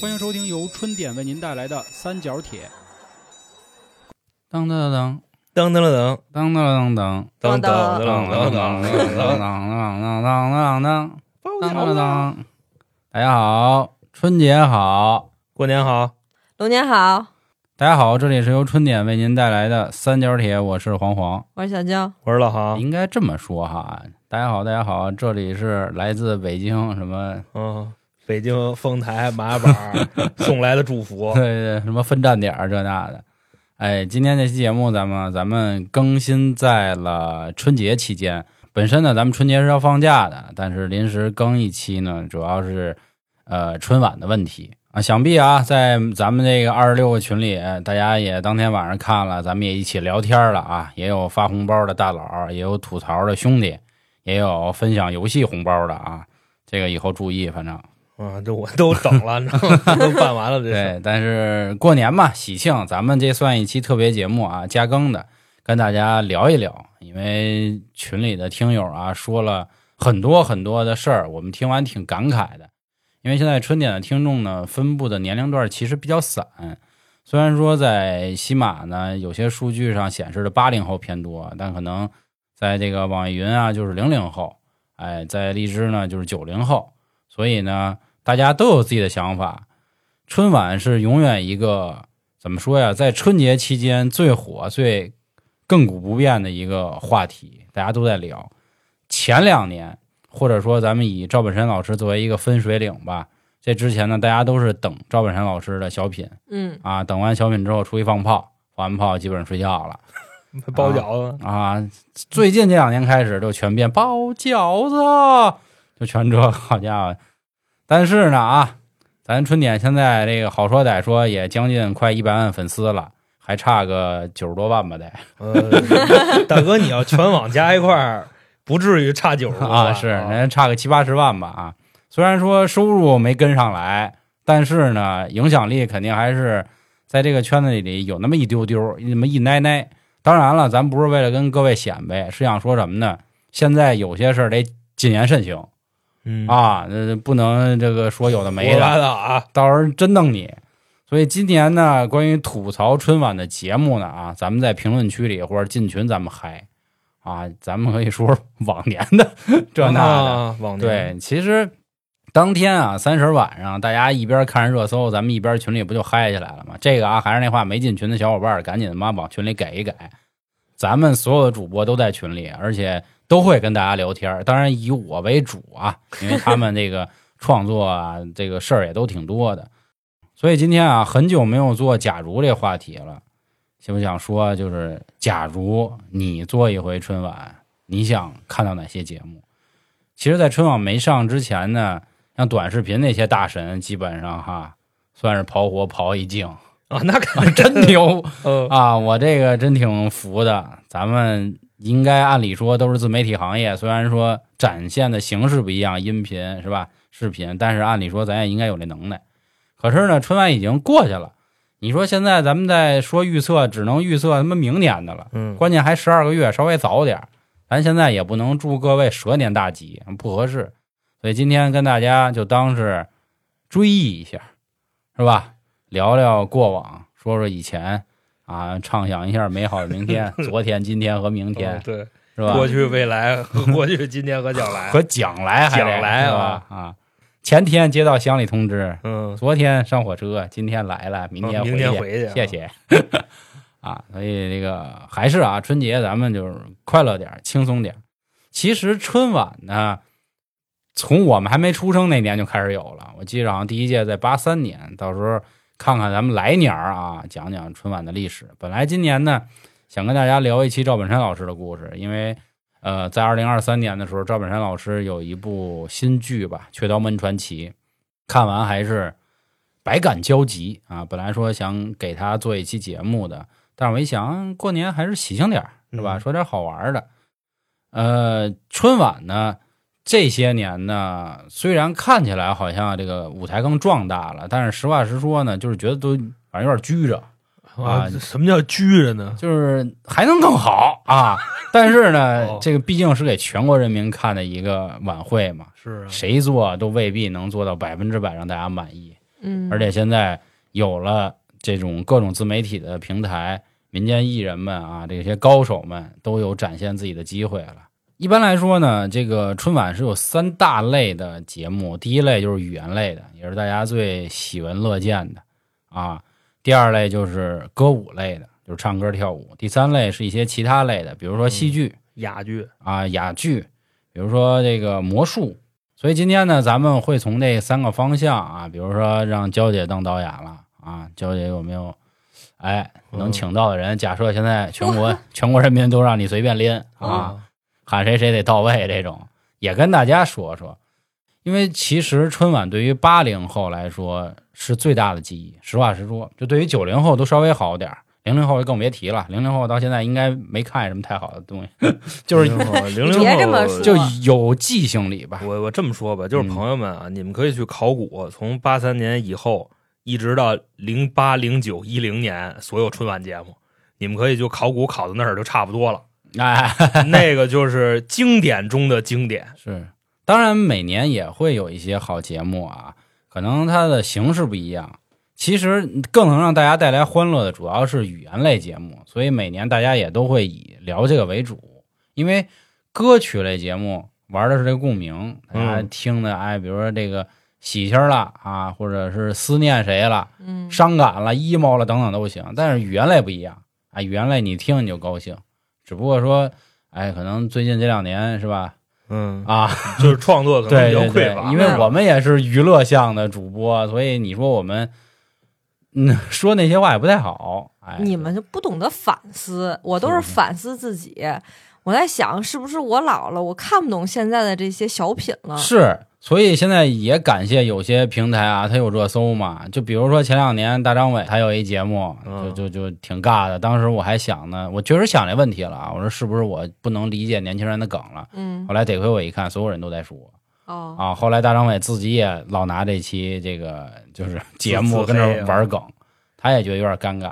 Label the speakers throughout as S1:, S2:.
S1: 欢迎收听由春点为您带来的《三角铁
S2: 当当当
S3: 噔噔噔
S2: 当当当当
S3: 噔
S2: 当当
S3: 噔噔
S2: 当
S3: 噔
S2: 当当
S3: 噔
S2: 当当
S3: 噔
S2: 当当当当当！大家好，春节好，
S3: 过年好，
S4: 龙年好，
S2: 大家好，这里是由春点为您带来的三角铁，我是黄黄，
S4: 我是小江。
S3: 我是老航。
S2: 应该这么说哈。大家好，大家好，这里是来自北京什么
S3: 嗯，北京丰台马板送来的祝福
S2: 对，对什么分站点儿这那的。哎，今天这期节目咱们咱们更新在了春节期间。本身呢，咱们春节是要放假的，但是临时更一期呢，主要是呃春晚的问题啊。想必啊，在咱们这个二十六个群里，哎大家也当天晚上看了，咱们也一起聊天了啊，也有发红包的大佬，也有吐槽的兄弟，也有分享游戏红包的啊。这个以后注意，反正。
S3: 啊，这我都等了，你知道吗？都办完了这事。
S2: 对，但是过年嘛，喜庆，咱们这算一期特别节目啊，加更的，跟大家聊一聊，因为群里的听友啊说了很多很多的事儿，我们听完挺感慨的。因为现在春点的听众呢，分布的年龄段其实比较散，虽然说在西马呢，有些数据上显示的八零后偏多，但可能在这个网易云啊，就是零零后，哎，在荔枝呢就是九零后，所以呢，大家都有自己的想法，春晚是永远一个怎么说呀，在春节期间最火、最亘古不变的一个话题，大家都在聊。前两年，或者说咱们以赵本山老师作为一个分水岭吧，这之前呢，大家都是等赵本山老师的小品
S4: 嗯，
S2: 啊，等完小品之后出去放炮，放完炮基本上睡觉了
S3: 包饺子，
S2: 啊。最近这两年开始就全变包饺子，就全这，好家伙！但是呢啊，咱春点现在这个好说歹说也将近快一百万粉丝了，还差个九十多万吧得
S3: 呃，大哥，你要全网加一块儿，不至于差九十
S2: 啊，是人家差个七八十万吧啊。虽然说收入没跟上来，但是呢，影响力肯定还是在这个圈子里有那么一丢丢，那么一奶奶。当然了，咱不是为了跟各位显摆，是想说什么呢？现在有些事儿得谨言慎行
S3: 嗯，
S2: 啊，呃不能这个说有的没
S3: 胡
S2: 的
S3: 说八。道啊，
S2: 到时候真弄你。所以今年呢，关于吐槽春晚的节目呢，啊，咱们在评论区里或者进群，咱们嗨啊，咱们可以说说往年的 这那的。
S3: 啊，往年
S2: 对，其实当天啊，三十晚上，大家一边看着热搜，咱们一边群里不就嗨起来了吗？这个啊，还是那话，没进群的小伙伴儿赶紧他妈往群里改一改。咱们所有的主播都在群里，而且都会跟大家聊天儿，当然以我为主啊，因为他们这个创作啊，这个事儿也都挺多的。所以今天啊，很久没有做假如这话题了，想不想说就是，假如你做一回春晚，你想看到哪些节目？其实，在春晚没上之前呢，像短视频那些大神，基本上哈，算是跑火跑一净，
S3: 啊，那肯 定
S2: 真牛
S3: 呃
S2: 啊！我这个真挺服的。咱们应该按理说都是自媒体行业，虽然说展现的形式不一样，音频是吧，视频，但是按理说咱也应该有这能耐。可是呢，春晚已经过去了，你说现在咱们在说预测，只能预测他妈明年的了。
S3: 嗯，
S2: 关键还十二个月，稍微早点儿。咱现在也不能祝各位蛇年大吉，不合适。所以今天跟大家就当是追忆一下，是吧？聊聊过往，说说以前啊，畅想一下美好的明 天，昨天、今天和明
S3: 嗯
S2: 天，
S3: 对，
S2: 是吧？
S3: 过去、未来和过去、今天和将来，
S2: 和将来还得
S3: 将来
S2: 是吧？啊，前天接到乡里通知，
S3: 嗯，
S2: 昨天上火车，今天来了，明天
S3: 嗯
S2: 回去。
S3: 明天回去啊，
S2: 谢谢。 啊，所以这个还是啊，春节咱们就是快乐点儿，轻松点儿。其实春晚呢，从我们还没出生那年就开始有了。我记着好像第一届在八三年，到时候看看咱们来年儿啊，讲讲春晚的历史。本来今年呢，想跟大家聊一期赵本山老师的故事，因为呃，在二零二三年的时候，赵本山老师有一部新剧吧，《雀刀门传奇》，看完还是百感交集啊。本来说想给他做一期节目的，但是我一想，嗯过年还是喜庆点儿是吧？
S3: 嗯
S2: 说点好玩的。呃，春晚呢，这些年呢，虽然看起来好像这个舞台更壮大了，但是实话实说呢，就是觉得都反正有点拘着。啊
S3: 啊，这什么叫拘着呢？
S2: 就是还能更好啊。但是呢
S3: 哦，
S2: 这个毕竟是给全国人民看的一个晚会嘛，
S3: 是啊，
S2: 谁做都未必能做到百分之百让大家满意。
S4: 嗯，
S2: 而且现在有了这种各种自媒体的平台，民间艺人们啊，这些高手们都有展现自己的机会了。一般来说呢，这个春晚是有三大类的节目，第一类就是语言类的，也是大家最喜闻乐见的啊。第二类就是歌舞类的，就是唱歌跳舞。第三类是一些其他类的，比如说戏剧、
S3: 哑剧，
S2: 啊、哑剧，比如说这个魔术。所以今天呢，咱们会从这三个方向啊，比如说让娇姐当导演了啊，娇姐有没有？哎，能
S3: 嗯
S2: 请到的人，假设现在全国全国人民都让你随便拎
S3: 嗯
S2: 啊，喊谁谁得到位这种，也跟大家说说。因为其实春晚对于八零后来说是最大的记忆，实话实说，就对于九零后都稍微好点儿，零零后就更别提了。零零后到现在应该没看见什么太好的东西，就是
S3: 零零后，
S4: 别这么说
S2: 就有记性力吧。
S3: 我我这么说吧，
S2: 嗯
S3: 就是朋友们啊，你们可以去考古，从八三年以后一直到零八、零九、一零年所有春晚节目，你们可以就考古考到那儿就差 不多了。
S2: 哎，
S3: 那个就是经典中的经典，
S2: 是，当然每年也会有一些好节目啊，可能它的形式不一样。其实更能让大家带来欢乐的，主要是语言类节目，所以每年大家也都会以聊这个为主，因为歌曲类节目玩的是这个共鸣，大家
S3: 嗯
S2: 听的哎，比如说这个喜庆了啊，或者是思念谁了，
S4: 嗯，
S2: 伤感了、emo 了等等都行。但是语言类不一样啊，语言类你听你就高兴，只不过说，哎，可能最近这两年是吧？
S3: 嗯，
S2: 啊，
S3: 就是创作可能
S2: 对
S3: 比较
S2: 对
S3: 匮
S2: 对，
S3: 乏，
S2: 因为我们也是娱乐向的主播，所以你说我们，嗯，说那些话也不太好。哎，
S4: 你们就不懂得反思，我都
S2: 是
S4: 是
S2: 是
S4: 反思自己。我在想，是不是我老了，我看不懂现在的这些小品了？
S2: 是，所以现在也感谢有些平台啊，它有热搜嘛。就比如说前两年大张伟他有一节目，就
S3: 嗯
S2: 就就挺尬的。当时我还想呢，我确实想这问题了啊，我说是不是我不能理解年轻人的梗了？
S4: 嗯，
S2: 后来得亏我一看，所有人都在说
S4: 哦，
S2: 啊。后来大张伟自己也老拿这期这个就是 节目跟
S3: 自黑
S2: 那
S3: 啊
S2: 玩梗，他也觉得有点尴尬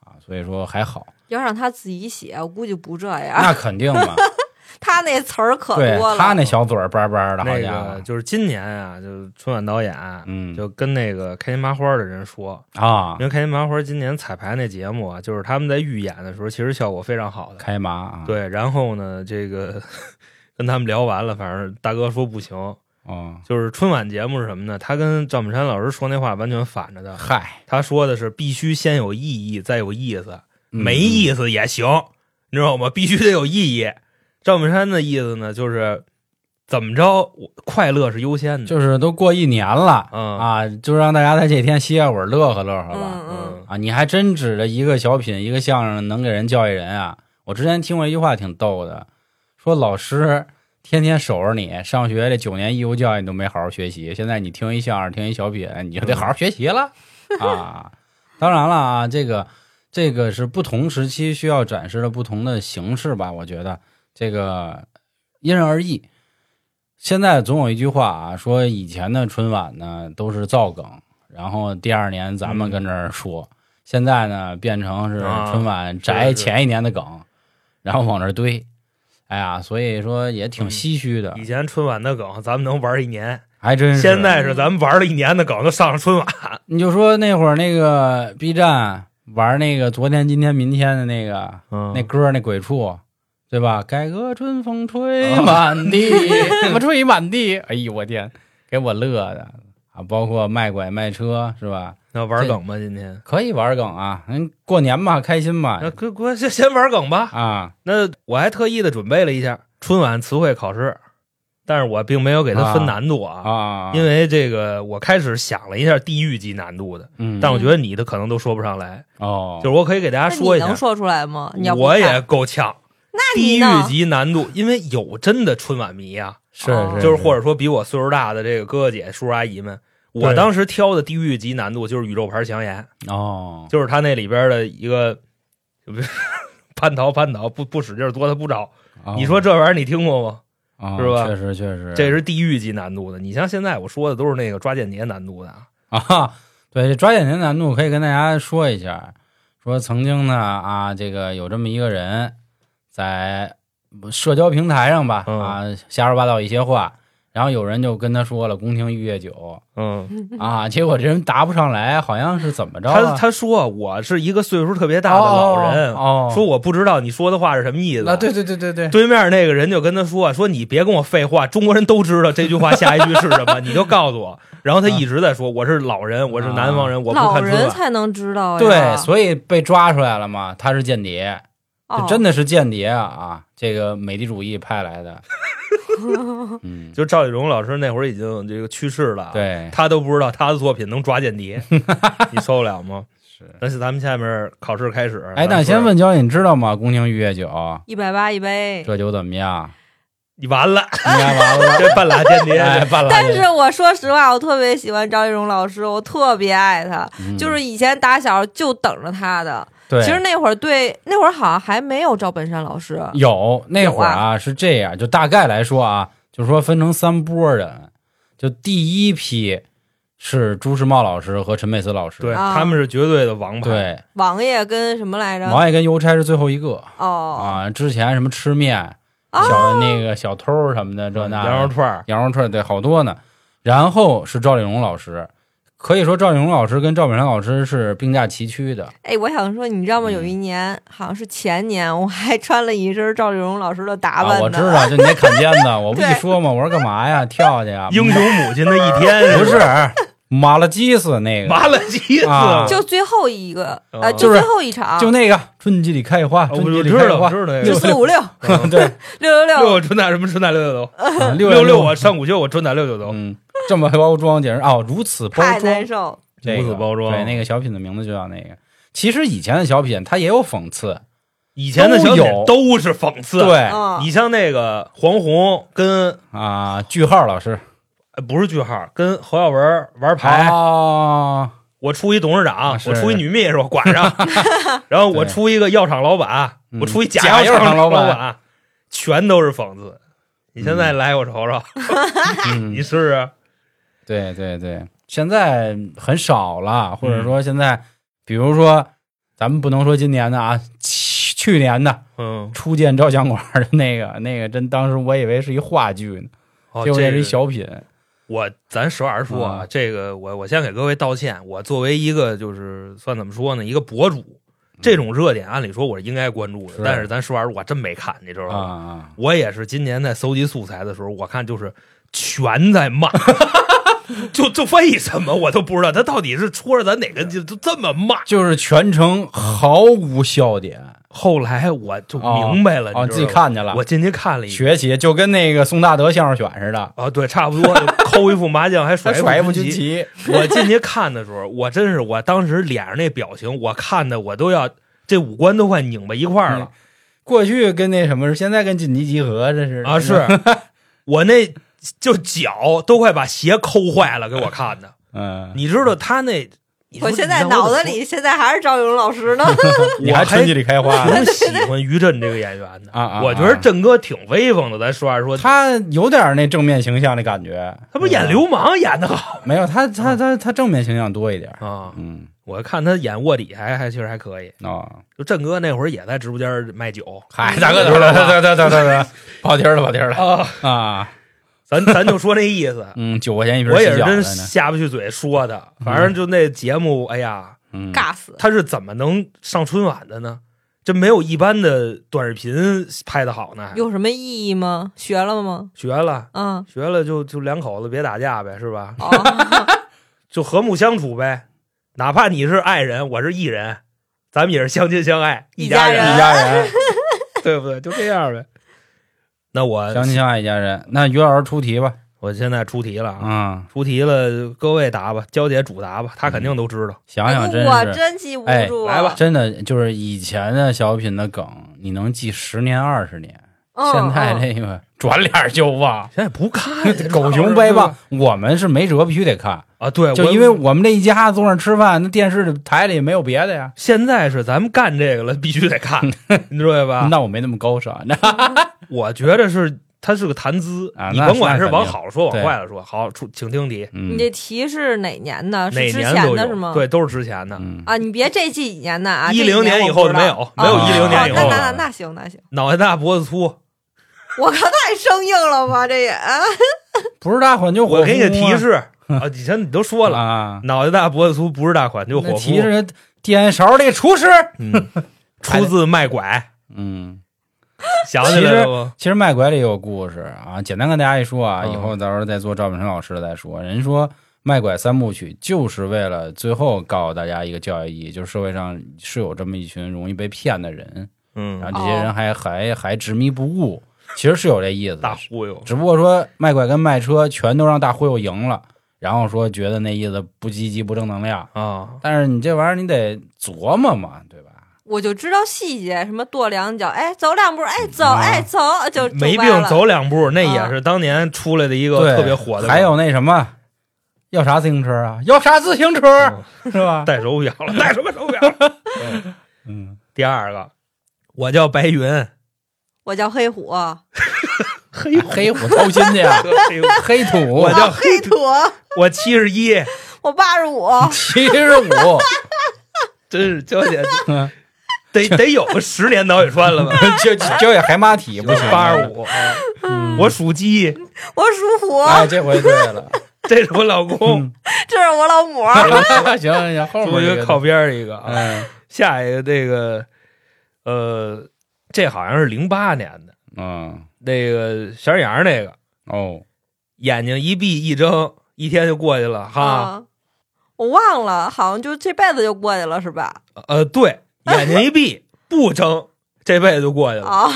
S2: 啊，所以说还好，
S4: 要让他自己写，我估计不这样。
S2: 那肯定嘛，
S4: 他那词儿可
S2: 对
S4: 啊多了，
S2: 他那小嘴儿叭叭的，好
S3: 那
S2: 家伙
S3: 个，就是今年啊，就是春晚导演啊、
S2: 嗯
S3: 就跟那个开心麻花的人说，
S2: 啊
S3: 因，为开心麻花今年彩排那节目啊，就是他们在预演的时候，其实效果非常好的。
S2: 开麻啊，，
S3: 对，然后呢，这个 跟他们聊完了，反正大哥说不行，
S2: 嗯，
S3: 就是春晚节目是什么呢？他跟赵本山老师说那话完全反着的。
S2: 嗨，
S3: 他说的是必须先有意义，再有意思，
S2: 嗯
S3: 没意思也行，你知道吗？必须得有意义。赵本山的意思呢，就是怎么着，我快乐是优先的。
S2: 就是都过一年了、
S3: 嗯
S2: 啊，就让大家在这天歇会儿，乐呵乐呵吧、
S4: 嗯
S2: 啊！你还真指着一个小品、一个相声能给人教育人啊！我之前听过一句话挺逗的，说老师天天守着你，上学这九年义务教育你都没好好学习，现在你听一相声、听一小品，你就得好好学习了、啊！当然了啊，这个这个是不同时期需要展示的不同的形式吧，我觉得这个因人而异。现在总有一句话啊，说以前的春晚呢都是造梗，然后第二年咱们跟这儿说，现在呢变成是
S3: 啊
S2: 春晚摘
S3: 是是
S2: 前一年的梗，然后往这儿堆。哎呀，所以说也挺
S3: 嗯
S2: 唏嘘的，
S3: 以前春晚的梗，咱们能玩一年，
S2: 还真是。
S3: 现在是咱们玩了一年的梗都上了春晚。
S2: 你就说那会儿那个 B 站玩那个昨天、今天、明天的那个，
S3: 嗯
S2: 那歌儿那鬼畜，对吧？改革春风
S3: 啊
S2: 吹 满地，我吹满地。哎呦我天，给我乐的啊！包括卖拐卖车是吧？
S3: 那玩梗吧，今天
S2: 可以玩梗啊，嗯，过年嘛，开心嘛
S3: 那哥哥先先玩梗吧。
S2: 啊，
S3: 那我还特意的准备了一下春晚词汇考试，但是我并没有给它分难度啊，
S2: 啊，
S3: 因
S2: 为
S3: 为这个我开始想了一下地狱级难度的，
S2: 嗯，
S3: 但我觉得你的可能都说不上来，
S2: 哦，
S3: 就是我可以给大
S4: 那
S3: 家说
S4: 你
S3: 一下
S4: 能，说出来吗？你要不
S3: 我也
S4: 看
S3: 够呛。
S4: 那
S3: 地
S4: 你
S3: 狱
S4: 呢
S3: 级难度，因为有真的春晚迷啊，
S2: 是
S4: 哦
S2: 是，
S3: 就是或者说比我岁数大的这个哥哥姐、叔叔阿姨们，我
S2: 对
S3: 当时挑的地狱级难度就是宇宙牌强言。
S2: 哦，
S3: 就是他那里边的一个 蟠桃蟠桃，不不使劲儿多他不着。
S2: 哦
S3: 你说这玩意儿你听过吗？
S2: 哦
S3: 是吧
S2: 确实确实，
S3: 这是地狱级难度的。你像现在我说的都是那个抓间谍难度的啊。
S2: 啊，对，抓眼睛难度可以跟大家说一下，说曾经呢啊，这个有这么一个人在社交平台上吧、
S3: 嗯
S2: 啊，瞎说八道一些话，然后有人就跟他说了宫廷玉液 酒
S3: 嗯，
S2: 啊，结果这人答不上来，好像是怎么着
S3: 他
S2: 了？
S3: 他说我是一个岁数特别大的老人，
S2: 哦，哦
S3: 说我不知道你说的话是什么意思。
S2: 啊，对对对对对，
S3: 对面那个人就跟他说：“说你别跟我废话，中国人都知道这句话下一句是什 么，你就告诉我。”然后他一直在说：“我是老人，
S2: 啊
S3: 我是南方人，我不
S4: 老
S3: 看春
S4: 人
S3: 晚。
S4: 才能知道呀。
S2: 对，啊所以被抓出来了嘛，他是间谍，
S4: 哦
S2: 就真的是间谍啊！啊，这个美帝主义派来 的，
S4: 的
S2: 嗯”，
S3: 就赵丽蓉老师那会儿已经这个去世了，，啊
S2: 对，
S3: 他都不知道他的作品能抓间谍，你受得了吗？
S2: 是。
S3: 但是咱们下面考试开始，
S2: 哎，那先问娇，你知道吗？宫廷玉液酒
S4: 一百八一杯。
S2: 这酒怎么样？
S3: 你完了，
S2: 应该完了，
S3: 这半拉间谍，
S2: 哎，半拉。
S4: 但是我说实话，我特别喜欢张艺荣老师，我特别爱他，
S2: 嗯
S4: 就是以前打小就等着他的。
S2: 对，
S4: 其实那会儿对，那会儿好像还没有赵本山老师。
S2: 有那会儿
S4: 有
S2: 啊，是这样，就大概来说啊，就是说分成三波人，就第一批是朱时茂老师和陈佩斯老师，
S3: 对
S2: 对，
S4: 啊
S3: 他们是绝对的王牌，
S4: 王爷跟什么来着？
S2: 王爷跟邮差是最后一个
S4: 哦啊
S2: 啊，之前什么吃面、啊小那个小偷什么的，这那的
S3: 嗯羊肉串儿，
S2: 羊肉串儿对好多呢，然后是赵丽蓉老师。可以说赵丽蓉老师跟赵本山老师是并驾齐驱的，
S4: 哎，我想说，你知道吗？有一年，好像是前年，我还穿了一身赵丽蓉老师的打扮
S2: 啊，
S4: 呢。
S2: 我知道，就你那砍尖子， 我不一
S4: 对
S2: 说嘛，我说干嘛 呀，跳去啊，
S3: 英雄母亲的一天，
S2: 不是马拉基斯那个，
S3: 麻了鸡子，
S2: 啊
S4: 就最后一个，
S3: 哦
S4: 呃，就
S2: 就是
S4: 最后一场，
S2: 就那个春季里开花，
S3: 啊我
S2: 春季
S3: 我
S2: 里
S3: 知
S2: 开
S3: 道，我
S2: 花，
S3: 知道那
S4: 就
S3: 个
S4: 四五六
S2: 对，
S4: 六
S3: 六
S4: 六六，
S3: 个春打什么春打六九头，
S2: 啊六
S3: 嗯六
S2: 六
S3: 六，我上古秀我春打六九头，
S2: 嗯，这么包装简直哦，如此包
S4: 太
S2: 装
S4: 难，受。
S2: 这个
S3: 如此包装
S2: 对，那个小品的名字就叫那个。其实以前的小品它也有讽刺，
S3: 以前的小品都是啊讽刺，，
S2: 对
S4: 嗯，
S3: 你像那个黄宏跟
S2: 啊，句号老师
S3: 呃不是句号，跟侯耀文玩牌，
S2: 哦，
S3: 我出一董事长
S2: 啊，是
S3: 我出一女秘书我管 上，然后我出一个药厂老板，
S2: 嗯
S3: 我出一
S2: 假药
S3: 药
S2: 厂老
S3: 老
S2: 板，
S3: 全都是讽刺。你现在来我瞅 瞅，
S2: 嗯，
S3: 你试试。
S2: 对对对，现在很少了，
S3: 嗯
S2: 或者说现在，比如说，咱们不能说今年的啊，去去年的
S3: 嗯，
S2: 初见照相馆的那个 那个，真当时我以为是一话剧呢，
S3: 哦
S2: 结果那
S3: 这
S2: 是
S3: 个
S2: 一小品。
S3: 我咱实话实说啊，
S2: 嗯
S3: 这个我我先给各位道歉。我作为一个就是算怎么说呢，一个博主，这种热点按理说我是应该关注的，
S2: 嗯是
S3: 但是咱实话实说，我真没看，你知道
S2: 啊
S3: 吗？
S2: 啊，
S3: 我也是今年在搜集素材的时候，我看就是全在骂， 就就为什么我都不知道他到底是戳着咱哪根筋，就这么骂。
S2: 就是全程毫无笑点
S3: 后来我就明白了，
S2: 哦，
S3: 你
S2: 自
S3: 知道吗
S2: 己，看去了
S3: 嗯我，进去看了一眼。
S2: 学习就跟那个宋大德相声选似的，
S3: 啊，对，差不多， 就抠一副麻将，还
S2: 还
S3: 甩
S2: 甩一副
S3: 军
S2: 军
S3: 旗。
S2: 旗，
S3: 我进去看的时候，我真是，我当时脸上那表情，我看的我都要这五官都快拧巴一块儿了、
S2: 嗯过去跟那什么，现在跟紧急集合，这是
S3: 啊！是，我那就脚都快把鞋抠坏了，给我看的。
S2: 嗯，
S3: 你知道他那，你说
S4: 我现在
S3: 你让
S4: 脑
S3: 我
S4: 子
S3: 怎么
S4: 里现在还是赵丽蓉老师呢。
S2: 你
S3: 我
S2: 还
S3: 还
S2: 春季里开 花
S3: 挺喜欢于震这个演员的。
S2: 啊啊！
S3: 我觉得
S2: 啊
S3: 震哥挺威风的，咱实话实说，他
S2: 他嗯有点那正面形象的感觉，
S3: 他不演流氓演的好
S2: 没有他
S3: 嗯
S2: 他他他正面形象多一点，
S3: 啊！
S2: 嗯
S3: 我看他演卧底还还其实还可以。
S2: 哦，
S3: 就震哥那会儿也在直播间卖酒
S2: 嗨，
S3: 嗯
S2: 大哥，大哥，大哥，大哥，大哥，跑题了，跑题了
S3: 啊，
S2: 啊！，
S3: 咱咱就说那意思
S2: 嗯，九块钱一瓶
S3: 我也
S2: 洗
S3: 是嗯
S2: 脚的
S3: 真
S2: 呢，
S3: 下不去嘴说他，反正就那节目，哎呀，
S2: 嗯，
S4: 尬死！
S3: 他是怎么能上春晚的呢？这没有一般的短视频拍的好呢，
S4: 有什么意义吗？学了吗？
S3: 学了
S4: 嗯，
S3: 学了就就两口子别打架呗，是吧？
S4: 哦，
S3: 就和睦相处呗。哪怕你是爱人，我是艺人，咱们也是相亲相爱，
S4: 一
S3: 家
S4: 家人啊
S2: 一家人，
S3: 对不对？就这样呗。那我
S2: 相亲相爱一家人。那于老师出题吧，
S3: 我现在出题了啊，
S2: 嗯，
S3: 出题了，各位答吧，娇姐主答吧，她肯定都知道。
S2: 想 想真
S4: 我
S2: 是，
S4: 真啊记不
S2: 哎
S4: 住。
S3: 来吧，
S2: 真的就是以前的小品的梗，你能记十年二十年，
S4: 嗯
S2: 现在
S4: 嗯
S2: 这个转脸就忘。
S3: 现在不
S4: 哎
S3: 看
S2: 狗熊掰
S3: 背
S2: 棒，我们是没辙，必须得看，
S3: 啊，对，
S2: 就
S3: 我
S2: 因为我们这一家坐那儿吃饭，那电视台里也没有别的呀。
S3: 现在是咱们干这个了，必须得看，你知道吧？
S2: 嗯那我没那么高尚，那
S3: 我觉得是它是个谈资
S2: 啊，
S3: 你
S2: 那
S3: 甭管
S2: 是
S3: 是往
S2: 肯定
S3: 好了说，往
S2: 对
S3: 坏了说，好出，请听题，
S2: 嗯
S4: 你这题是哪年的？啊是
S3: 哪
S4: 之
S3: 年
S4: 前
S3: 都
S4: 的是
S3: 有，
S4: 吗？
S3: 对，都是之前的。
S2: 嗯，
S4: 啊，你别这记几年的啊，
S3: 一
S4: 这
S3: 零
S4: 年
S3: 年
S4: 我
S3: 以
S4: 不
S3: 后
S4: 知
S3: 没
S4: 道啊
S3: 有，没有
S2: 哦
S3: 一零年以
S4: 那
S3: 后
S4: 那
S3: 了，
S4: 那那行那行，
S3: 脑袋大脖子粗，
S4: 我靠，太生硬了吧，这也啊，
S2: 不是大款就火
S3: 我给你个
S2: 夫
S3: 提
S2: 吗
S3: 示啊，以前你都说了，
S2: 啊，
S3: 脑袋大脖子粗不是大款就
S2: 那
S3: 伙夫
S2: 提，示点勺的厨师，
S3: 嗯，出自 卖拐，
S2: 嗯。
S3: 想起来了吗？
S2: 其实卖拐里也有故事啊，简单跟大家一说啊，
S3: 嗯
S2: 以后到时候再做赵本山老师再说。人说卖拐三部曲就是为了最后告诉大家一个教育意义，就是社会上是有这么一群容易被骗的人，
S3: 嗯
S2: 然，后这
S4: 哦
S2: 些人还、还还执迷不悟，其实是有这意思的。
S3: 大忽悠，
S2: 只不过说卖拐跟卖车全都让大忽悠赢了，然后说觉得那意思不积极不正能量，
S3: 啊，
S2: 但是你这玩意儿你得琢磨嘛，对吧？
S4: 我就知道细节，什么跺两脚，哎，走两步，哎，走，
S2: 啊
S4: 哎，走，就就
S3: 没
S4: 歪
S3: 病
S4: 了
S3: 走两步，那
S4: 啊
S3: 也是当年出来的一
S2: 对，
S3: 个特别火的梗，
S2: 还有那什么，要啥自行车啊？要啥自行车、
S3: 嗯
S2: 是吧？
S3: 戴手表了，戴什么手 表？嗯
S2: 嗯，
S3: 第二个，我叫白 云，
S4: 我叫黑虎， 啊
S3: 黑
S2: 啊黑虎掏心去啊，
S3: 黑虎，
S2: 黑土
S3: 我叫
S4: 黑土，
S3: 我七十一，
S4: 我八十 五，
S2: 七十五，
S3: 真是娇姐
S2: 嗯，
S3: 得得有个十年脑血栓了吧？
S2: 就就也海马体不行，啊
S3: 八十，五，
S2: 嗯
S3: 我属鸡，
S4: 我属虎，
S2: 哎，这回对 了，
S3: 这是我老公。
S4: 这是我老母 儿。
S2: 行行行，后
S3: 哎我
S2: 面
S3: 觉
S2: 这
S3: 得
S2: 个
S3: 靠，边儿一个啊，
S2: 嗯
S3: 下一个这个，呃，这好像是零八年的
S2: 嗯，
S3: 那个小沈阳那个，
S2: 哦，
S3: 眼睛一闭一睁，一天就过去了哈。
S4: 啊，我忘了，好像就这辈子就过去了，是吧？
S3: 呃，对，眼睛一闭不睁， 这辈子就过去了。
S4: 啊，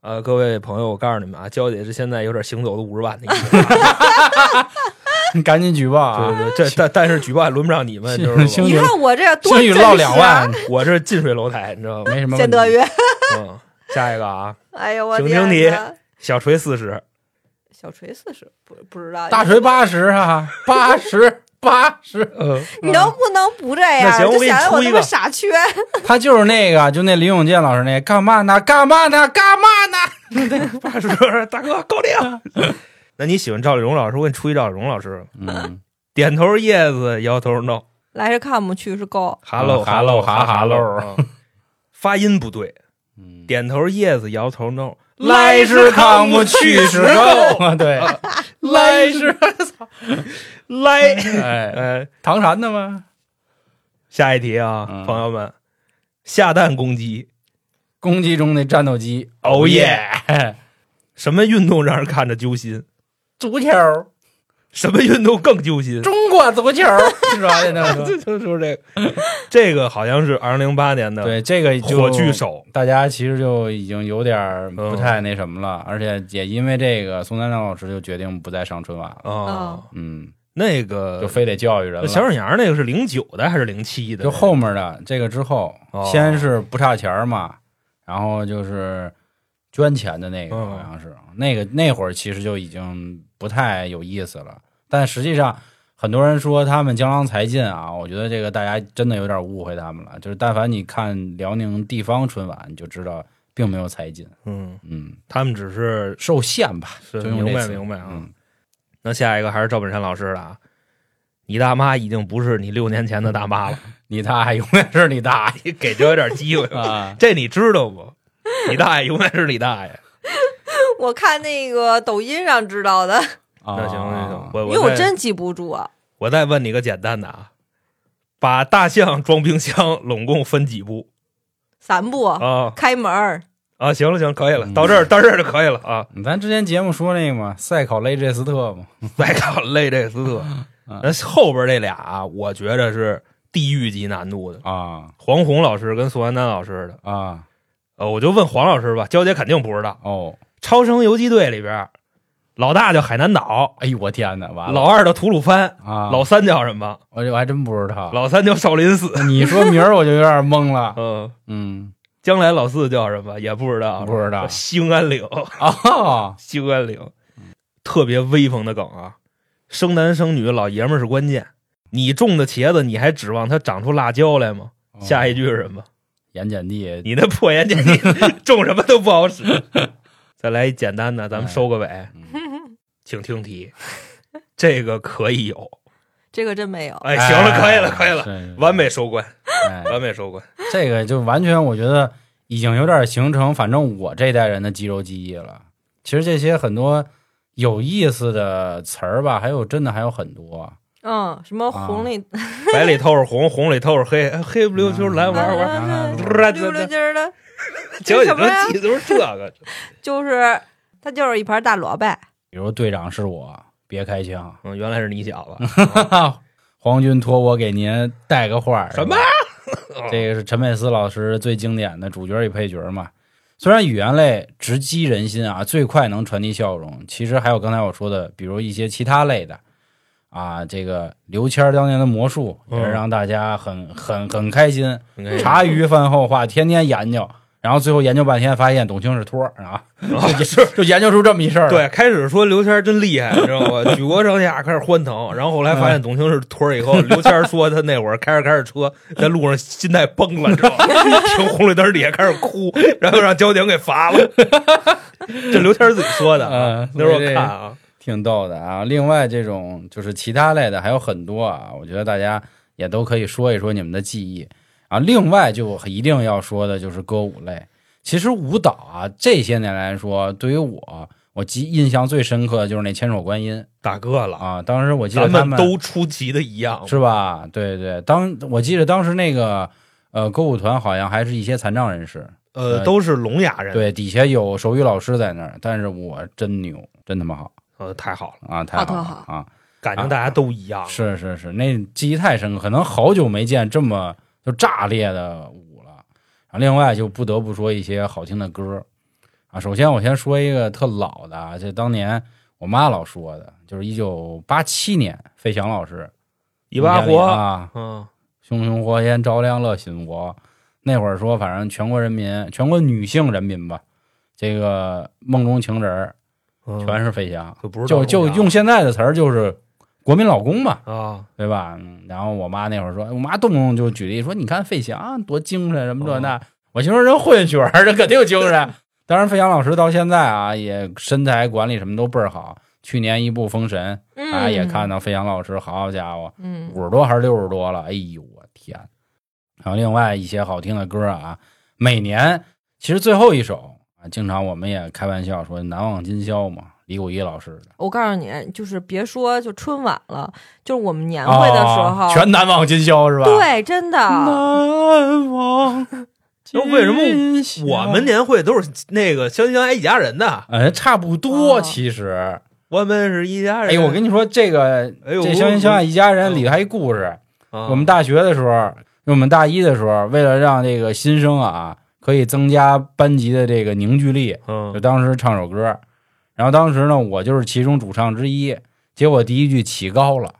S3: 呃，各位朋友，我告诉你们啊，娇姐是现在有点行走的五十万的意思啊，
S2: 你赶紧举报啊！
S3: 对对，这但但是举报也轮不上你 们，
S2: 行
S3: 就是
S2: 行
S3: 说
S4: 你看我这多
S2: 新宇
S4: 真
S2: 落
S4: 实
S2: 两
S4: 啊！
S2: 万，
S3: 我这近水楼台，你知道吗？
S2: 没什么
S4: 谢
S2: 问题
S4: 德云，
S3: 嗯，下一个啊，
S4: 哎呦我
S3: 请
S4: 天
S3: 听
S4: 哪！
S3: 小锤四十，
S4: 小锤四十，不不知道
S2: 大锤八十啊，八十八十，
S3: 嗯，
S4: 你能不能不这样？
S3: 那行我
S4: 就
S3: 给你
S4: 显得我
S3: 出一
S4: 那
S3: 个
S4: 么傻缺。
S2: 他就是那个，就那林永健老师那干嘛呢？干嘛呢？干嘛呢？
S3: 八十，大哥高亮。 那你喜欢赵丽蓉老师？我给你出一赵丽蓉老师，
S2: 嗯，
S3: 点头 yes，摇头 no。
S4: 来是看不去是高，
S3: Hello
S2: 哈喽
S3: 哈
S2: 嗯哈喽
S3: 喽，嗯发音不对，
S2: 嗯
S3: 点头 yes，摇头 no。
S2: 来是康不去哦是
S3: 够，
S2: 够，对，
S3: 来
S2: 是
S3: 来，
S2: 哎，
S3: 呃，
S2: 唐山的吗？
S3: 下一题啊，
S2: 嗯
S3: 朋友们，下蛋公鸡，
S2: 攻击中的战斗机，
S3: 哦耶！什么运动让人看着揪心？
S2: 足球，
S3: 什么运动更揪心？
S2: 中国足球，是吧？现在说
S3: 就是这个，这个好像是二零零八年的
S2: 对这个就
S3: 火炬，手，
S2: 大家其实就已经有点儿不太那什么了，而且也因为这个，宋丹丹老师就决定不再上春晚了，
S3: 啊
S4: 嗯，
S2: 嗯，
S3: 那个
S2: 就非得教育人
S3: 那小
S2: 了。
S3: 沈阳那个是零九的还是零七的？
S2: 就后面的这个之后
S3: 哦，
S2: 先是不差钱儿嘛，然后就是捐钱的那个，
S3: 嗯
S2: 好像是那个那会儿其实就已经不太有意思了。但实际上，很多人说他们江郎才尽啊，我觉得这个大家真的有点误会他们了。就是但凡你看辽宁地方春晚，你就知道并没有才尽，
S3: 嗯，
S2: 嗯，
S3: 他们只是
S2: 受限吧，
S3: 是
S2: 就用这
S3: 明白
S2: 词
S3: 明白啊
S2: 嗯
S3: 那下一个还是赵本山老师了啊。你大妈已经不是你六年前的大 妈了，
S2: 你大爷永远是你大爷
S3: 你给就有点机会吧。
S2: 啊，
S3: 这你知道不？你大爷永远是你大爷。
S4: 我看那个抖音上知道的，
S2: 啊
S3: 那行那行，我
S4: 因为我
S3: 再
S4: 真记不住啊。
S3: 我再问你个简单的啊，把大象装冰箱拢共分几步
S4: 三步
S3: 啊？
S4: 开门儿，
S3: 啊，行了行了，可以了，
S2: 嗯
S3: 到这儿到这儿就可以了啊。
S2: 咱之前节目说那个嘛，赛考雷这斯特嘛，
S3: 再看累这斯特，
S2: 嗯
S3: 那后边这俩啊我觉着是地狱级难度的。
S2: 啊
S3: 黄宏老师跟宋丹丹老师的。
S2: 啊
S3: 呃，我就问黄老师吧，娇姐肯定不知道，《
S2: 哦，
S3: 超生游击队》里边，老大叫海南岛，
S2: 哎呦我天哪，完了
S3: 老二叫吐鲁番，
S2: 啊，
S3: 老三叫什么？
S2: 我我还真不知道。
S3: 老三叫少林寺。
S2: 你说名儿我就有点懵了。
S3: 嗯，
S2: 嗯，
S3: 将来老四叫什么也不知道，
S2: 不知道
S3: 兴安岭，
S2: 哦，
S3: 兴安岭，
S2: 嗯
S3: 特别威风的梗啊！生男生女，老爷们儿是关键。你种的茄子，你还指望它长出辣椒来吗？下一句是什么？
S2: 盐碱地
S3: 你那破眼镜， 你种什么都不好 使。再来一简单的，咱们收个尾。请听题，这个可以有。
S4: 这个真没有。
S3: 哎，行了，可以了，可以了，
S2: 了
S3: 完。美收官，
S2: 哎
S3: 完美收官。
S2: 这个就完全我觉得已经有点形成，反正我这代人的肌肉记忆了。其实这些很多有意思的词儿吧，还有真的还有很多。
S4: 嗯，什么
S3: 啊
S4: 红里
S3: 白里透是红，红里透是黑，哎黑不溜秋来玩
S2: 嗯
S3: 玩。
S2: 玩玩
S3: 玩
S4: 啊溜溜筋儿的，
S3: 结果你
S4: 这什么呀
S3: 能记都是这个，
S4: 就是它就是一盘大萝卜。
S2: 比如队长是我，别开枪，
S3: 嗯，原来是你小子，
S2: 皇军托我给您带个话儿。
S3: 什么
S2: 是吧？ 这个是陈佩斯老师最经典的主角与配角嘛。虽然语言类直击人心啊，最快能传递笑容，其实还有刚才我说的，比如一些其他类的啊，这个刘谦儿当年的魔术也是
S3: 嗯
S2: 让大家很很很开心。
S3: 你看
S2: 茶余饭后话，天天研究，然后最后研究半天，发现董卿是托儿啊，就 就研究出这么一事儿。，
S3: 对，开始说刘谦儿真厉害，你知道吗？ 举国上下开始欢腾，然后后来发现
S2: 嗯
S3: 董卿是托儿以后，刘谦儿说他那会儿开着开着车在路上心态崩了，知道吗？ 停红绿灯底下开始哭，然后让交警给罚了。 这刘谦儿自己说的啊
S2: 嗯，
S3: 那时候
S2: 所以这
S3: 我看啊，
S2: 挺逗的啊。另外，这种就是其他类的还有很多啊，我觉得大家也都可以说一说你们的记忆啊。另外，就一定要说的就是歌舞类。其实舞蹈啊，这些年来说，对于我，我记印象最深刻的就是那千手观音
S3: 大哥了，
S2: 啊。当时我记得
S3: 咱
S2: 他
S3: 们都出奇的一样，
S2: 是吧？对对，当我记得当时那个呃歌舞团好像还是一些残障人士，
S3: 呃，都是聋哑人，，
S2: 对，底下有手语老师在那儿，但是我真牛，真他妈好
S3: 呃，太好了，
S2: 啊，太
S4: 好
S2: 好
S4: 特
S2: 了
S4: 好
S2: 啊！
S3: 感情大家都一样，
S2: 是是是，那记忆太深刻，可能好久没见这么就炸裂的舞了。然后另外就不得不说一些好听的歌啊，首先我先说一个特老的啊，这当年我妈老说的，就是一九八七年费翔老师
S3: 一把
S2: 红天里
S3: 火，
S2: 啊，
S3: 嗯，
S2: 熊熊火焰照亮了心窝。那会儿说，反正全国人民，全国女性人民吧，这个梦中情人儿
S3: 嗯
S2: 全是飞翔，
S3: 可不是
S2: 就
S3: 大
S2: 就
S3: 聋哑
S2: 用现在的词儿就是国民老公嘛，
S3: 啊，
S2: 对吧？嗯然后我妈那会儿说，我妈动不动就举例说，你看费翔啊多精神，什么这那。我心说人混血儿，这肯定精神。当然，费翔老师到现在啊，也身材管理什么都倍儿好。去年一部《封神》，
S4: 嗯，
S3: 啊
S2: 大家也看，到费翔老师，好家伙，
S4: 嗯，
S2: 五十多还是六十多了？哎呦我天！然后另外一些好听的歌啊，每年其实最后一首啊，经常我们也开玩笑说“难忘今宵”嘛，李谷一老师的
S4: 我告诉你，就是别说就春晚了，就是我们年会的时
S3: 哦
S4: 候，
S2: 啊全难忘今宵是吧？，
S4: 对，真的，
S2: 难忘。
S3: 啊为什么我们年会都是那个相亲相爱一家人的，
S2: 呃差不多
S4: 哦
S2: 其实？
S3: 我们是一家人。
S2: 哎，我跟你说这个
S3: 哎呦，
S2: 这相亲相爱一家人
S3: 嗯
S2: 里头还一故事。
S3: 啊
S2: 我们大学的时候，我们大一的时候，为了让这个新生啊可以增加班级的这个凝聚力，就
S3: 嗯
S2: 当时唱首歌，然后当时呢，我就是其中主唱之一，结果第一句起高了，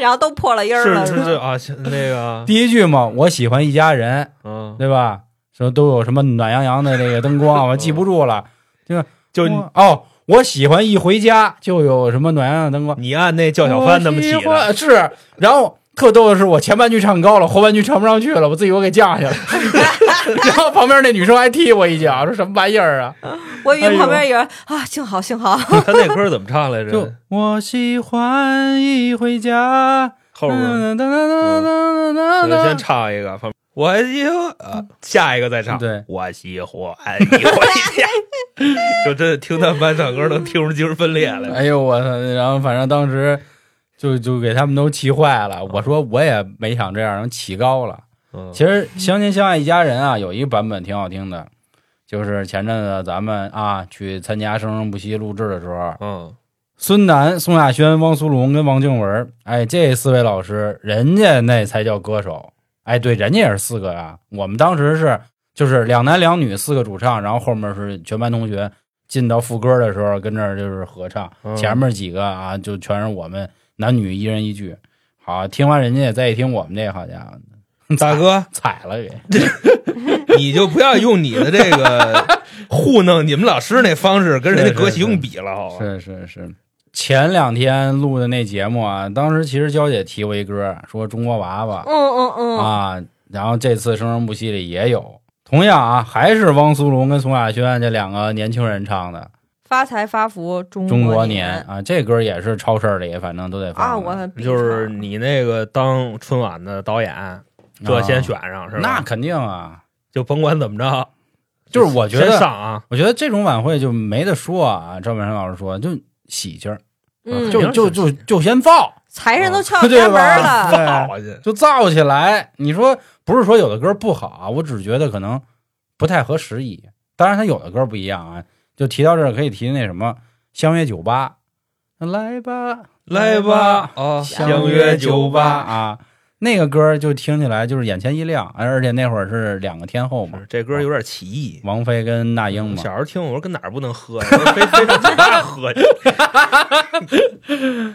S4: 然后都破了音儿
S3: 是
S4: 了，
S3: 是
S4: 吧
S3: 是啊，是 那个
S2: 第一句嘛，我喜欢一家人，
S3: 嗯，
S2: 对吧？说都有什么暖洋洋的这个灯 光，我记不住了。
S3: 就
S2: 我哦，我喜欢一回家就有什么暖洋洋的灯光，
S3: 你按那嗯叫小帆他们起
S2: 我喜欢
S3: 的，
S2: 是。然后特逗的是，我前半句唱高了，后半句唱不上去了，我自己我给降 下来。然后旁边那女生还踢我一脚，说什么玩意儿
S3: 嗯
S2: 啊？
S4: 我以
S2: 哎
S4: 为
S2: 呦
S4: 旁边有人啊，幸好幸好，
S3: 他那歌怎么唱来
S2: 就
S3: 着？
S2: 我喜欢一回家。
S3: 后边
S2: 哒哒哒哒
S3: 我
S2: 哒
S3: 就
S2: 哒
S3: 先唱一个，我喜欢，啊下一个再唱。
S2: 对
S3: 我喜欢你回家， 就真的听他们班唱歌能听出精神分裂 来。
S2: 哎呦我操！然后反正当时就就给他们都气坏了。我说我也没想这样，然后起高了。
S3: 嗯
S2: 其实《相亲相爱一家人》啊，有一个版本挺好听的，就是前阵子咱们啊去参加《生生不息》录制的时候，
S3: 嗯，
S2: 孙楠、宋亚轩、汪苏泷跟王靖雯，哎，这四位老师，人家那才叫歌手。哎，对，人家也是四个呀、我们当时是就是两男两女四个主唱，然后后面是全班同学进到副歌的时候跟这儿就是合唱，
S3: 嗯
S2: 前面几个啊就全是我们男女一人一句。好，听完人家也再一听我们这，好家伙，
S3: 大哥，
S2: 踩了给。
S3: 你就不要用你的这个糊弄你们老师那方式跟人家
S2: 是是
S3: 歌
S2: 是
S3: 曲用比了，好吧？
S2: 是是是，前两天录的那节目啊，当时其实娇姐提过一歌，说中国娃娃。
S4: 嗯嗯嗯，
S2: 啊，然后这次《生生不息》里也有，同样啊，还是汪苏泷跟宋亚轩这两个年轻人唱的
S4: 发财发福嗯中
S2: 《中
S4: 国
S2: 国年》啊，这歌也是超市里反正都得放
S4: 啊，
S2: 的
S4: 我
S3: 就是你那个当春晚的导演，这先选上、是吧？
S2: 那肯定啊，
S3: 就甭管怎么着，
S2: 就是我觉
S3: 先
S2: 得，
S3: 上啊，
S2: 我觉得这种晚会就没得说啊。赵本山老师说，就喜庆儿，
S4: 嗯，
S2: 就
S3: 肯定
S2: 就是啊就就先放，
S4: 财神都 敲
S2: 对
S4: 家门
S2: 吧
S4: 了，
S2: 对
S3: 好去，
S2: 就造起来。你说不是说有的歌不好啊，我只是觉得可能不太合时宜。当然，它有的歌不一样啊。就提到这儿，可以提那什么《相约酒吧》，来吧，哦
S3: 来吧，啊，相约酒
S2: 吧
S3: 吧。
S2: 啊，那个歌就听起来就是眼前一亮，而且那会儿是两个天后嘛
S3: 是，这歌有点歧义。
S2: 王菲跟那英嘛
S3: 小。时候听我说跟哪儿不能喝呀，非非上酒吧喝去，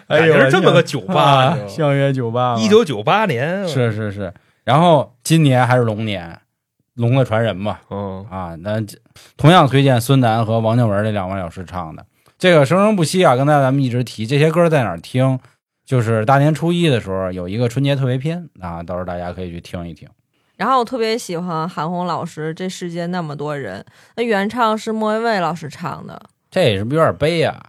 S2: 哎
S3: 感
S2: 呦
S3: 觉是这么个酒吧
S2: 啊。 相约酒吧嘛，
S3: 一九九八年，
S2: 是是是。然后今年还是龙年，龙的传人嘛，
S3: 嗯，
S2: 啊，那这同样推荐孙楠和王静文这两位老师唱的这个《生生不息》啊。刚才咱们一直提这些歌在哪儿听，就是大年初一的时候有一个春节特别篇啊，到时候大家可以去听一听。
S4: 然后我特别喜欢韩红老师，这世界那么多人，那原唱是莫文蔚老师唱的。
S2: 这也是不是有点悲啊？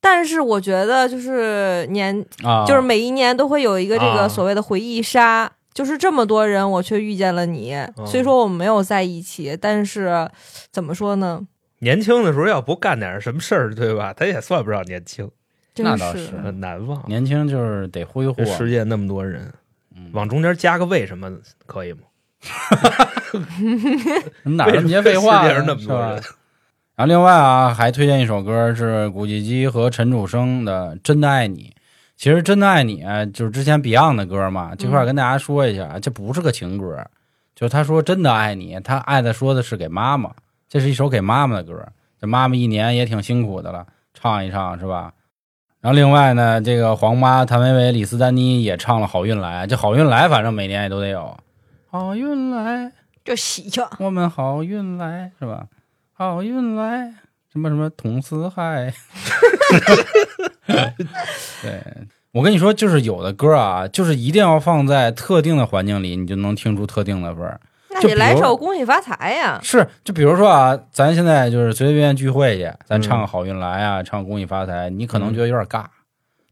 S4: 但是我觉得，就是年，
S2: 啊，
S4: 就是每一年都会有一个这
S3: 啊
S4: 个所谓的回忆杀，就是这么多人，我却遇见了你。
S2: 嗯
S4: 虽说我们没有在一起，但是怎么说呢？
S3: 年轻的时候要不干点什么事儿，对吧？他也算不上年轻，
S4: 真
S2: 那倒是
S3: 很难忘。
S2: 年轻就是得挥霍
S3: 这，世界那么多人，
S2: 嗯
S3: 往中间加个为什么可以吗？
S2: 哪儿那么些废话
S3: 为
S2: 呀
S3: 什么世界上那么多人
S2: 是吧 然后另外啊，还推荐一首歌是古巨基和陈楚生的《真的爱你》。其实《真的爱你》啊就是之前 Beyond 的歌嘛，这块儿跟大家说一下，啊，这不是个情歌，就是他说真的爱你，他爱的说的是给妈妈，这是一首给妈妈的歌。这妈妈一年也挺辛苦的了，唱一唱是吧？然后另外呢，这个黄妈谭维维、李斯丹妮也唱了《好运来》，这《好运来》反正每年也都得有，《好运来》。
S4: 就喜庆。
S2: 我们好运来是吧？好运来，什么什么同四海。 对，我跟你说，就是有的歌啊，就是一定要放在特定的环境里，你就能听出特定的味儿。
S4: 那
S2: 就
S4: 你
S2: 比
S4: 来
S2: 如
S4: 首《恭喜发财》呀，
S2: 是，就比如说啊，咱现在就是随随便便聚会去，咱唱个《好运来》啊，唱《恭喜发财》，你可能觉得有点尬，
S3: 嗯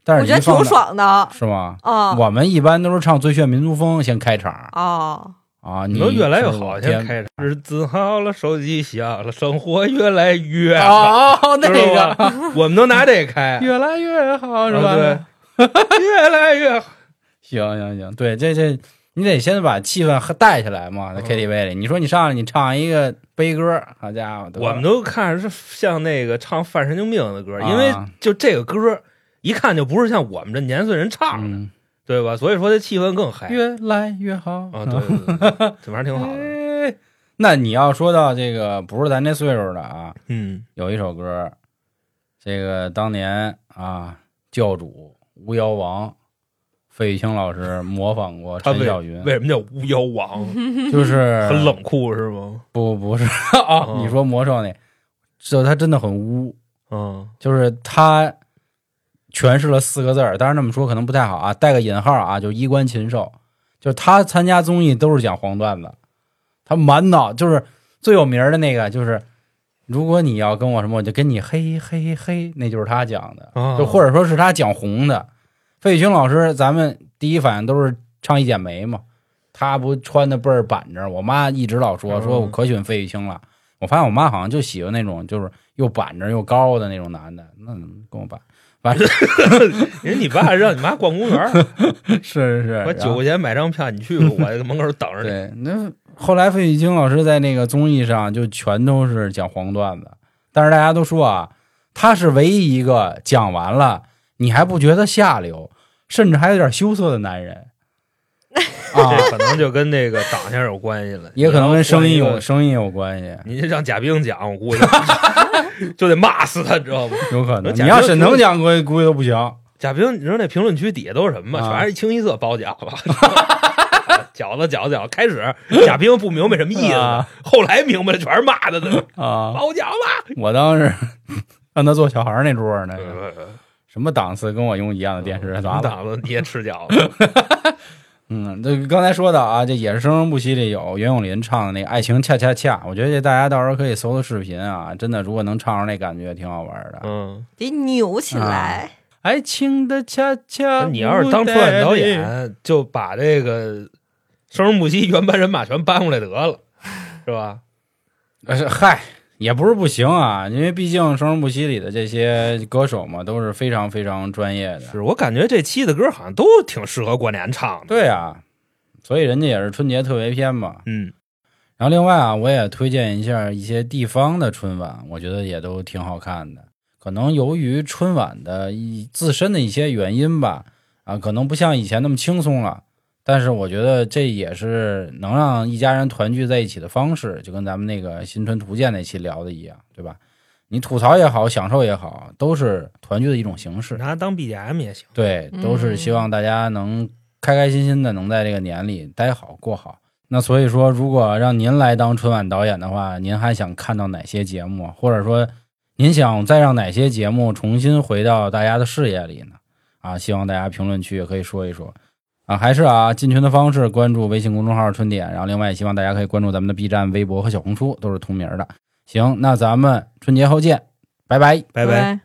S2: 但是
S4: 我觉得
S2: 一放
S4: 挺
S2: 到，
S4: 爽的啊
S2: 是吗？
S4: 哦
S2: 我们一般都是唱《最炫民族风》先开场
S4: 哦，
S2: 啊，
S3: 你
S2: 你
S3: 说越来越
S2: 是
S3: 好，
S2: 我
S3: 先
S2: 天
S3: 开始。日子好了，手机响了，生活越来越好。
S2: 哦，那
S3: 知道
S2: 个
S3: 吧，我们都拿这开，
S2: 越来越好是吧？
S3: 啊对 越来越好。
S2: 嗯行行行，对，这这你得先把气氛和带起来嘛，在
S3: 嗯
S2: KTV 里，你说你上来你唱一个悲歌，好家伙，对吧
S3: 我们都看是像那个唱犯神经病的歌，
S2: 啊
S3: 因为就这个歌一看就不是像我们这年岁人唱的，
S2: 嗯，
S3: 对吧？所以说这气氛更嗨
S2: 越来越好
S3: 啊，对对对，对 这玩意儿挺好的。
S2: 哎那你要说到这个不是咱这岁数的啊，
S3: 嗯，
S2: 有一首歌，这个当年啊，教主巫妖王费玉清老师模仿过
S3: 他
S2: 陈
S3: 为
S2: 小云，
S3: 为什么叫巫妖王？
S2: 嗯就是
S3: 很冷酷是吗？
S2: 不不是啊，
S3: 嗯
S2: 你说魔兽那，就他真的很污，
S3: 嗯，
S2: 就是他诠释了四个字儿，当然这么说可能不太好啊，带个引号啊，就衣冠禽兽。就是他参加综艺都是讲黄段子，他满脑就是最有名儿的那个就是，如果你要跟我什么，我就跟你嘿嘿嘿，那就是他讲的，
S3: 啊
S2: 就或者说是他讲红的。费玉清老师，咱们第一反应都是唱《一剪梅》嘛，他不穿的倍儿板正，我妈一直老说
S3: 嗯
S2: 说我可喜欢费玉清了。我发现我妈好像就喜欢那种就是又板正又高的那种男的，那怎么跟我爸？反正
S3: 人你爸让你妈逛公园儿，
S2: 是是是，
S3: 我
S2: 然后
S3: 九块钱买张票，你去吧， 我在门口等着你。
S2: 对，那后来费玉清老师在那个综艺上就全都是讲黄段子，但是大家都说啊，他是唯一一个讲完了你还不觉得下流，甚至还有点羞涩的男人啊，
S3: 这可能就跟那个长相有关系了，
S2: 也可能跟声音
S3: 你
S2: 有
S3: 要换一个。
S2: 声音有关系，
S3: 你让贾冰讲，我估计就 得骂死他，你知道吗？
S2: 有可能。
S3: 贾
S2: 你要
S3: 平
S2: 沈
S3: 平
S2: 腾讲，估计估计都不行。
S3: 贾冰，你知道那评论区底下都是什么吗？
S2: 啊
S3: 全是一清一色包饺子， 饺子饺子饺子。开始贾冰不明白什么意思，
S2: 啊
S3: 后来明白了，全是骂他 的，
S2: 啊，
S3: 包饺子。
S2: 我当时 让他做小孩儿那桌儿呢，
S3: 嗯
S2: 什么档次跟我用一样哎的电视，咋了？
S3: 档子你也吃 饺子？
S2: 嗯，这个刚才说的啊，这也是《生生不息》里有袁咏琳唱的那个《爱情恰恰恰》，我觉得这大家到时候可以搜搜视频啊，真的，如果能唱上那感觉，挺好玩 的。
S3: 嗯，
S4: 得扭起
S2: 啊
S4: 来。
S2: 爱情的恰恰，
S3: 哎你要是当春晚导，演，就把这个《生生不息》原班人马全搬过来得了，是吧？
S2: 呃，是嗨，也不是不行啊，因为毕竟《生生不息》里的这些歌手嘛，都是非常非常专业的。
S3: 是我感觉这期的歌好像都挺适合过年唱的。
S2: 对啊，所以人家也是春节特别篇嘛。
S3: 嗯，
S2: 然后另外啊，我也推荐一下一些地方的春晚，我觉得也都挺好看的。可能由于春晚的一自身的一些原因吧，啊，可能不像以前那么轻松了。但是我觉得这也是能让一家人团聚在一起的方式，就跟咱们那个新春图鉴那期聊的一样，对吧？你吐槽也好，享受也好，都是团聚的一种形式。
S3: 拿它当 BGM 也行。
S2: 对，都是希望大家能开开心心的，能在这个年里待好过好。那所以说，如果让您来当春晚导演的话，您还想看到哪些节目，啊或者说您想再让哪些节目重新回到大家的视野里呢？啊，希望大家评论区也可以说一说。啊，还是啊，进群的方式，关注微信公众号“春点”，然后另外也希望大家可以关注咱们的 B 站、微博和小红书，都是同名的。行，那咱们春节后见，拜拜。
S3: 拜
S4: 拜。